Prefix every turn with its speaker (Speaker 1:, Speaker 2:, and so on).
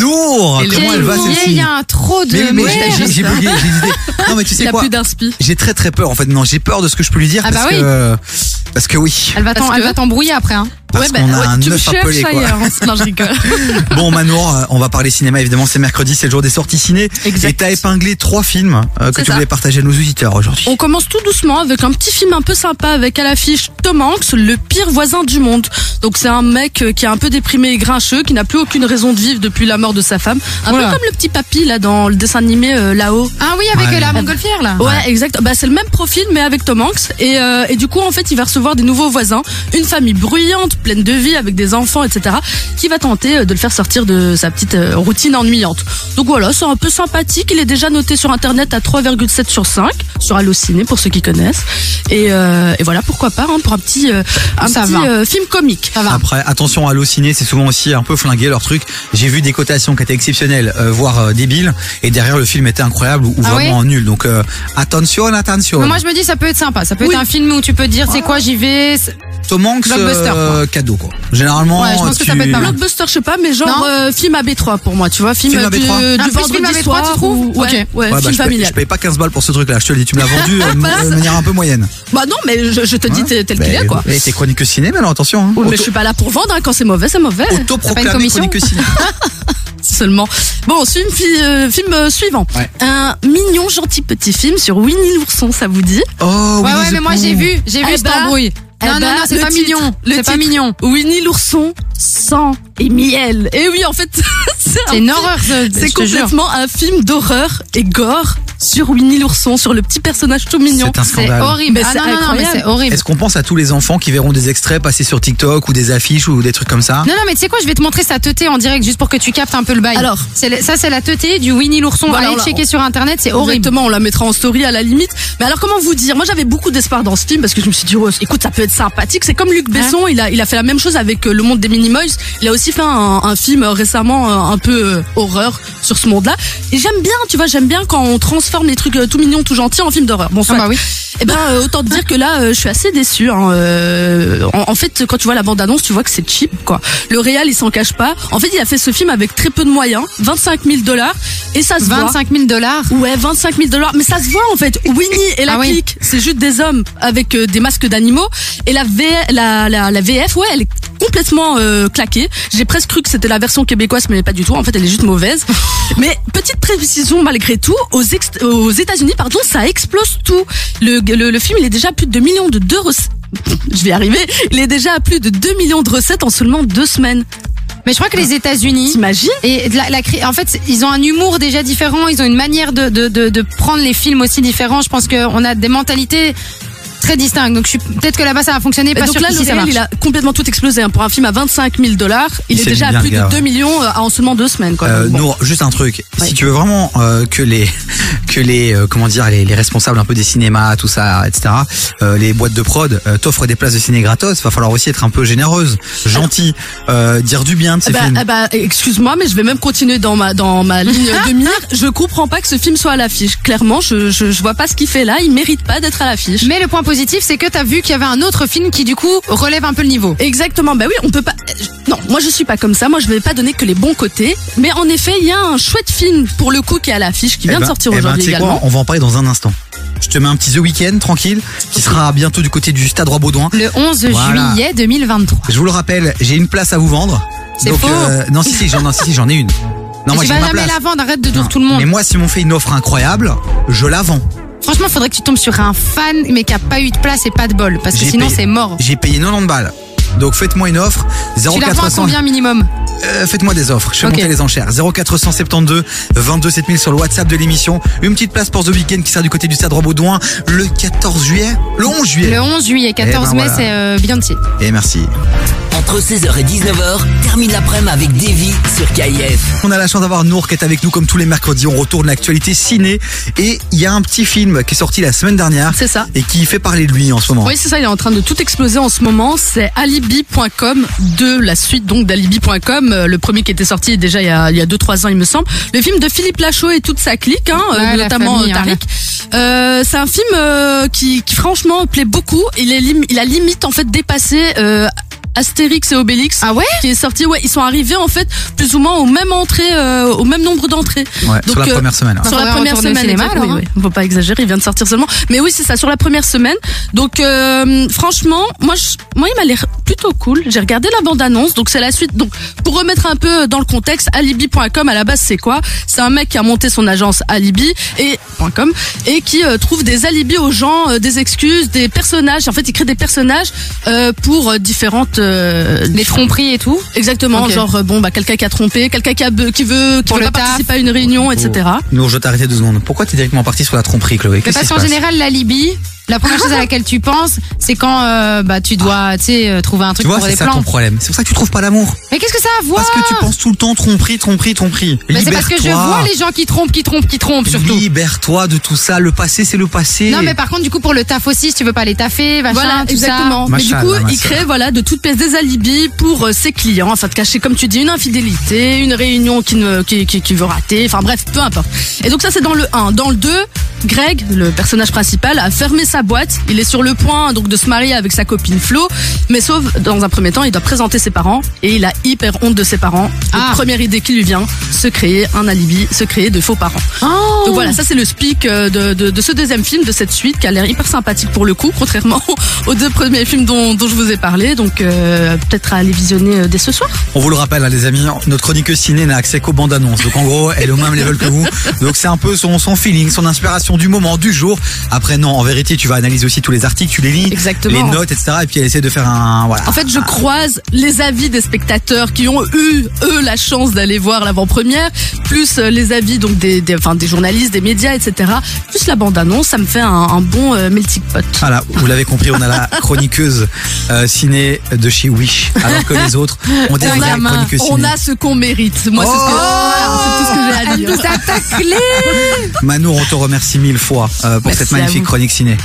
Speaker 1: Nour
Speaker 2: Et le
Speaker 1: Oh, Comment elle va
Speaker 2: vieil,
Speaker 1: celle-ci
Speaker 2: Il y a un trop de
Speaker 1: Mais oui, mais
Speaker 2: Ouais,
Speaker 1: j'ai- j'ai j'ai
Speaker 2: ça.
Speaker 1: bugué, j'ai hésité. Non mais tu
Speaker 2: Il
Speaker 1: sais
Speaker 2: a
Speaker 1: quoi
Speaker 2: plus d'inspi.
Speaker 1: J'ai très très peur en fait. Non, j'ai peur de ce que je peux lui dire
Speaker 2: Ah
Speaker 1: parce
Speaker 2: bah oui. Ah
Speaker 1: que parce que oui.
Speaker 2: Elle va t'en-
Speaker 3: Parce
Speaker 2: elle
Speaker 3: que-
Speaker 2: va t'embrouiller après. Hein.
Speaker 1: Parce qu'on a un
Speaker 2: tu me
Speaker 1: œuf à
Speaker 2: cherches
Speaker 1: peler, quoi.
Speaker 2: ailleurs. hein. Non, je rigole. bah.
Speaker 1: Bon Manour, euh, on va parler cinéma évidemment, c'est mercredi, c'est le jour des sorties ciné
Speaker 2: Exact.
Speaker 1: et t'as épinglé trois films euh, que
Speaker 2: C'est
Speaker 1: tu
Speaker 2: ça.
Speaker 1: voulais partager à nos auditeurs aujourd'hui.
Speaker 2: On commence tout doucement avec un petit film un peu sympa avec à l'affiche Tom Hanks, le pire voisin du monde. Donc c'est un mec euh, qui est un peu déprimé et grincheux, qui n'a plus aucune raison de vivre depuis la mort de sa femme. Un
Speaker 3: Oula.
Speaker 2: peu comme le petit papy là dans le dessin animé euh, là-haut.
Speaker 3: Ah oui, avec
Speaker 1: Ouais.
Speaker 3: euh, la montgolfière là.
Speaker 2: Ouais, exact. Bah, c'est le même profil, mais avec Tom Hanks. Et, euh, et du coup, en fait, il va recevoir des nouveaux voisins, une famille bruyante, pleine de vie, avec des enfants, etc., qui va tenter euh, de le faire sortir de sa petite euh, routine ennuyante. Donc voilà, c'est un peu sympathique. Il est déjà noté sur Internet à 3,7 sur 5, sur Allociné, pour ceux qui connaissent. Et, euh, et voilà, pourquoi pas, hein, pour un petit, euh, un
Speaker 3: Ça
Speaker 2: petit
Speaker 3: va.
Speaker 2: euh, film comique.
Speaker 3: Ça va.
Speaker 1: Après, attention, Allociné, c'est souvent aussi un peu flingué leur truc. J'ai vu des cotations qui étaient exceptionnelles, euh, voire euh, débiles, et derrière le film était incroyable ou, ou
Speaker 3: Ah
Speaker 1: vraiment nul. Donc euh, attention, attention.
Speaker 3: Mais moi je me dis ça peut être sympa, ça peut
Speaker 2: Oui. Oh.
Speaker 3: être un film où tu peux dire c'est quoi j'y vais. c'est-
Speaker 1: Tom Hanks,
Speaker 3: Blockbuster,
Speaker 1: euh, cadeau quoi. Généralement,
Speaker 3: Ouais, je pense que ça
Speaker 1: tu-
Speaker 3: peut être pas mal.
Speaker 2: Blockbuster, je sais pas, mais genre
Speaker 3: Non.
Speaker 2: euh, film à B3 pour moi, tu vois, film,
Speaker 1: Film à B3.
Speaker 2: du, du
Speaker 3: Ah, plus
Speaker 2: vendredi
Speaker 3: film à B3, tu
Speaker 2: soir
Speaker 3: trouves
Speaker 2: ou- ouais,
Speaker 3: Ok.
Speaker 2: ouais,
Speaker 1: Ouais, bah,
Speaker 2: film
Speaker 1: je, paye,
Speaker 2: familial.
Speaker 1: je paye pas 15 balles pour ce truc là, je te le dis, tu me l'as vendu euh,
Speaker 2: Voilà.
Speaker 1: de manière un peu moyenne.
Speaker 2: Bah non, mais je, je te dis tel tel qu'il est, quoi.
Speaker 1: Et t'es chronique ciné, mais alors attention. Hein.
Speaker 2: Oui, mais
Speaker 1: Auto-
Speaker 2: je suis pas là pour vendre, hein. quand c'est mauvais, c'est mauvais.
Speaker 3: T'as pas une
Speaker 1: Autoproclamé
Speaker 3: commission
Speaker 1: chronique ciné.
Speaker 2: Seulement. Bon, film, fi- euh, film euh, suivant.
Speaker 1: Ouais.
Speaker 2: Un mignon, gentil petit film sur Winnie l'ourson, ça vous dit
Speaker 1: Oh,
Speaker 3: Ouais
Speaker 1: Winnie
Speaker 3: ouais,
Speaker 1: the
Speaker 3: mais moi j'ai
Speaker 1: Pooh.
Speaker 3: vu, j'ai
Speaker 2: Eh
Speaker 3: vu, je
Speaker 2: bah,
Speaker 3: t'embrouille.
Speaker 2: eh
Speaker 3: Non non
Speaker 2: bah,
Speaker 3: non, c'est
Speaker 2: le
Speaker 3: pas
Speaker 2: titre,
Speaker 3: mignon.
Speaker 2: le
Speaker 3: C'est pas
Speaker 2: titre.
Speaker 3: mignon.
Speaker 2: Winnie l'ourson, sang et miel. Et oui, en fait, c'est un
Speaker 3: C'est une horreur. ce-
Speaker 2: C'est
Speaker 3: je te jure.
Speaker 2: complètement un film d'horreur et gore sur Winnie l'ourson, sur le petit personnage tout mignon.
Speaker 1: C'est un
Speaker 3: C'est
Speaker 1: scandale.
Speaker 3: horrible.
Speaker 2: Mais
Speaker 3: Ah
Speaker 2: c'est
Speaker 3: non, non, non, mais
Speaker 2: incroyable.
Speaker 3: c'est horrible.
Speaker 1: Est-ce qu'on pense à tous les enfants qui verront des extraits passer sur TikTok ou des affiches ou des trucs comme ça
Speaker 3: Non, non, mais tu sais quoi, je vais te montrer sa teuté en direct juste pour que tu captes un peu le bail.
Speaker 2: Alors.
Speaker 3: C'est le- ça, c'est la teuté du Winnie l'ourson.
Speaker 2: Voilà, on
Speaker 3: Allez
Speaker 2: l'a-
Speaker 3: checker sur internet, c'est horrible.
Speaker 2: Exactement, on la mettra en story à la limite. Mais alors comment vous dire Moi j'avais beaucoup d'espoir dans ce film parce que je me suis dit ouais, écoute ça peut être sympathique. C'est comme Luc Besson, il a il a fait la même chose avec euh, Le Monde des Minimoys. Il a aussi fait un, un film euh, récemment euh, un peu euh, horreur sur ce monde-là. Et j'aime bien, tu vois, j'aime bien quand on transforme les trucs euh, tout mignons, tout gentils en film d'horreur. Bon,
Speaker 3: Ah
Speaker 2: soit.
Speaker 3: bah oui.
Speaker 2: Eh ben euh, autant te dire que là euh, je suis assez déçue. hein, euh, en, en fait quand tu vois la bande annonce tu vois que c'est cheap quoi. Le réal il s'en cache pas. En fait il a fait ce film avec très peu de moyens, 25 000 dollars et ça se voit.
Speaker 3: 25 000 dollars.
Speaker 2: Ouais, 25 000 dollars. Mais ça se voit en fait. Winnie et la
Speaker 3: Ah oui.
Speaker 2: clique, c'est juste des hommes avec euh, des masques d'animaux. Et la, V- la, la, la VF, ouais, elle est complètement euh, claquée. J'ai presque cru que c'était la version québécoise, mais pas du tout. En fait, elle est juste mauvaise. mais petite précision malgré tout, aux, ex- aux États-Unis, pardon, ça explose tout. Le, le, le film, il est déjà à plus de 2 millions de deux recettes. Je vais y arriver. Il est déjà à plus de 2 millions de recettes en seulement deux semaines.
Speaker 3: Mais je crois que les États-Unis,
Speaker 2: T'imagines
Speaker 3: Et de la, la cri- en fait, c'est- ils ont un humour déjà différent, ils ont une manière de, de, de, de prendre les films aussi différents. Je pense qu'on a des mentalités très distinctes. Donc je suis peut-être que là-bas ça va fonctionner,
Speaker 2: Et
Speaker 3: pas
Speaker 2: donc
Speaker 3: sûr
Speaker 2: là,
Speaker 3: qu'ici,
Speaker 2: le
Speaker 3: ça
Speaker 2: réel,
Speaker 3: marche.
Speaker 2: il a complètement tout explosé. hein. Pour un film à 25 000 dollars, il,
Speaker 1: Il
Speaker 2: est
Speaker 1: s'est
Speaker 2: déjà
Speaker 1: mis
Speaker 2: à plus
Speaker 1: bien,
Speaker 2: de
Speaker 1: gars.
Speaker 2: 2 millions euh, en seulement deux semaines. Quoi.
Speaker 1: Euh,
Speaker 2: Bon.
Speaker 1: Nour, juste un truc.
Speaker 2: Ouais.
Speaker 1: Si tu veux vraiment euh, que les que les euh, comment dire les, les responsables un peu des cinémas, tout ça, etc. euh, les boîtes de prod euh, t'offrent des places de ciné gratos, va falloir aussi être un peu généreuse, gentille, euh, dire du bien de ces
Speaker 2: Eh ben,
Speaker 1: films.
Speaker 2: eh ben, excuse-moi, mais je vais même continuer dans ma dans ma ligne de mire. Je comprends pas que ce film soit à l'affiche. Clairement, je, je je vois pas ce qu'il fait là. Il mérite pas d'être à l'affiche.
Speaker 3: Mais le point positif, c'est que t'as vu qu'il y avait un autre film qui du coup relève un peu le niveau.
Speaker 2: Exactement. Bah oui, on peut pas. je- Non, moi je suis pas comme ça. Moi je vais pas donner que les bons côtés. Mais en effet, il y a un chouette film pour le coup qui est à l'affiche, qui
Speaker 1: Eh
Speaker 2: vient de
Speaker 1: ben,
Speaker 2: sortir
Speaker 1: eh ben,
Speaker 2: aujourd'hui
Speaker 1: tu sais quoi,
Speaker 2: également.
Speaker 1: on va en parler dans un instant. Je te mets un petit The Weekend tranquille, qui sera bientôt du côté du Stade Roi Baudouin.
Speaker 3: Le 11
Speaker 1: Voilà.
Speaker 3: juillet 2023.
Speaker 1: Je vous le rappelle, j'ai une place à vous vendre.
Speaker 3: C'est
Speaker 1: Donc, euh,
Speaker 3: faux.
Speaker 1: non, si, si, j'en non, si, si, j'en ai une. Non, Ah, moi
Speaker 3: tu
Speaker 1: j'ai
Speaker 3: vas
Speaker 1: ma
Speaker 3: jamais
Speaker 1: place.
Speaker 3: la vendre, arrête de dire
Speaker 1: Non,
Speaker 3: tout le monde.
Speaker 1: Mais moi, si m'on fait une offre incroyable, je la vends.
Speaker 3: Franchement, faudrait que tu tombes sur un fan mais qui a pas eu de place et pas de bol, parce que
Speaker 1: J'ai
Speaker 3: sinon
Speaker 1: payé-
Speaker 3: c'est mort.
Speaker 1: J'ai payé 90 balles. Donc faites-moi une offre.
Speaker 3: Tu la vends à
Speaker 1: 0400.
Speaker 3: combien minimum
Speaker 1: Euh, faites-moi des offres. Je vais
Speaker 3: Ok.
Speaker 1: monter les enchères. 0472 22 7000 sur le WhatsApp de l'émission. Une petite place pour The Weekend qui sera du côté du Stade Roi Baudouin le 14 juillet. Le 11 juillet. Eh ben
Speaker 3: Le 11 juillet, 14 mai,
Speaker 1: voilà.
Speaker 3: c'est euh, Beyoncé.
Speaker 1: Et merci.
Speaker 4: Entre 16h et 19h, termine l'après-midi avec Davy sur KIF.
Speaker 1: On a la chance d'avoir Nour qui est avec nous comme tous les mercredis. On retourne l'actualité ciné. Et il y a un petit film qui est sorti la semaine dernière
Speaker 2: C'est ça.
Speaker 1: et qui fait parler de lui en ce moment.
Speaker 2: Oui, c'est ça, il est en train de tout exploser en ce moment. C'est alibi.com, de la suite donc d'alibi.com, euh, le premier qui était sorti déjà il y a 2-3 ans, il me semble. Le film de Philippe Lachaud et toute sa clique, hein, euh,
Speaker 3: Ouais, la
Speaker 2: notamment
Speaker 3: famille,
Speaker 2: euh,
Speaker 3: hein.
Speaker 2: Tariq. Euh, c'est un film euh, qui, qui franchement plaît beaucoup. Il, est lim- il a limite en fait dépassé... euh, Astérix et Obélix.
Speaker 3: Ah ouais
Speaker 2: qui est sorti, ouais, ils sont arrivés en fait plus ou moins au même entrée, euh, au même nombre d'entrées.
Speaker 1: Ouais, sur la
Speaker 2: euh,
Speaker 1: première semaine.
Speaker 3: Bah,
Speaker 2: sur
Speaker 3: faudrait
Speaker 2: la première
Speaker 3: retourner au
Speaker 2: semaine,
Speaker 3: cinéma,
Speaker 2: exactement,
Speaker 3: alors,
Speaker 2: oui, oui. On peut hein. pas exagérer, il vient de sortir seulement. Mais oui, c'est ça, sur la première semaine. Donc, euh, franchement, moi, je, moi, il m'a l'air plutôt cool. J'ai regardé la bande-annonce, donc c'est la suite. Donc, pour remettre un peu dans le contexte, Alibi.com, à la base, c'est quoi C'est un mec qui a monté son agence Alibi et .com et qui euh, trouve des alibis aux gens, euh, des excuses, des personnages. En fait, il crée des personnages euh, pour euh, différentes euh,
Speaker 3: Les tromperies et tout.
Speaker 2: Exactement,
Speaker 3: Ok.
Speaker 2: genre euh, bon bah quelqu'un qui a trompé, quelqu'un qui, a be- qui veut qui
Speaker 3: Pour
Speaker 2: veut
Speaker 3: le
Speaker 2: pas
Speaker 3: taf.
Speaker 2: participer à une réunion, etc.
Speaker 1: Nous, je vais t'arrêter deux secondes. Pourquoi t'es directement parti sur la tromperie, Chloé
Speaker 3: Mais
Speaker 1: Qu'est-ce qui
Speaker 3: parce
Speaker 1: se passe
Speaker 3: qu'en général, la Libye, la première chose à laquelle tu penses, c'est quand euh, bah tu dois, tu sais, euh, trouver
Speaker 1: Tu
Speaker 3: un truc
Speaker 1: vois,
Speaker 3: pour
Speaker 1: c'est
Speaker 3: des
Speaker 1: ça ton
Speaker 3: plans.
Speaker 1: problème. C'est pour ça que tu trouves pas l'amour.
Speaker 3: Mais qu'est-ce que ça a à voir
Speaker 1: Parce que tu penses tout le temps tromperie, tromperie, tromperie.
Speaker 3: Mais Bah, c'est parce que je
Speaker 1: Libère-toi.
Speaker 3: vois les gens qui trompent, qui trompent, qui trompent surtout.
Speaker 1: Libère-toi de tout ça. Le passé, c'est le passé.
Speaker 3: Non, mais par contre, du coup, pour le taf aussi, si tu veux pas les taffer, machin,
Speaker 2: Voilà,
Speaker 3: tout
Speaker 2: exactement. Mais du
Speaker 1: Machin,
Speaker 2: coup,
Speaker 1: là, ma
Speaker 2: il
Speaker 1: sœur.
Speaker 2: crée voilà de toutes pièces des alibis pour euh, ses clients afin de cacher, comme tu dis, une infidélité, une réunion qui ne qui, qui, qui veut rater. Enfin bref, peu importe. Et donc ça c'est dans le 1. Dans le 2, Greg, le personnage principal, a fermé sa boîte. Il est sur le point donc de se marier avec sa copine Flo, mais sauf dans un premier temps, il doit présenter ses parents et il a hyper honte de ses parents. Donc,
Speaker 3: Ah.
Speaker 2: Première idée qui lui vient, se créer un alibi, se créer de faux parents.
Speaker 3: ça. Oh.
Speaker 2: Donc voilà, ça c'est le speak euh, de, de, de ce deuxième film, de cette suite, qui a l'air hyper sympathique pour le coup, contrairement aux deux premiers films dont, dont je vous ai parlé. Donc euh, peut-être à aller visionner euh, dès ce soir.
Speaker 1: On vous le rappelle, hein, les amis, notre chroniqueuse ciné n'a accès qu'aux bandes annonces. Donc, en gros, elle est au même level que vous. Donc, c'est un peu son, son feeling, son inspiration du moment, du jour. Après, non, en vérité, tu vas analyser aussi tous les articles, tu les lis,
Speaker 2: Exactement.
Speaker 1: les notes, etc. Et puis, elle essaie de faire un, voilà.
Speaker 2: En fait, je croise les avis des spectateurs qui ont eu, eux, la chance d'aller voir l'avant-première, plus euh, les avis donc des, des, enfin, des journalistes, des médias, etc. Plus la bande-annonce, ça me fait un, un bon euh, melting pot.
Speaker 1: Voilà, vous l'avez compris, on a la chroniqueuse euh, ciné de chez Wish, alors que les autres ont des
Speaker 2: On
Speaker 1: vrais
Speaker 2: a,
Speaker 1: chroniqueuses
Speaker 2: on
Speaker 1: ciné.
Speaker 2: a ce qu'on mérite. Moi, c'est ce que,
Speaker 1: Oh
Speaker 2: voilà, c'est tout ce que j'ai à dire.
Speaker 3: Elle nous a taclé.
Speaker 1: Manour, on te remercie mille fois euh, pour
Speaker 2: Merci
Speaker 1: cette
Speaker 2: à
Speaker 1: magnifique
Speaker 2: vous.
Speaker 1: chronique ciné.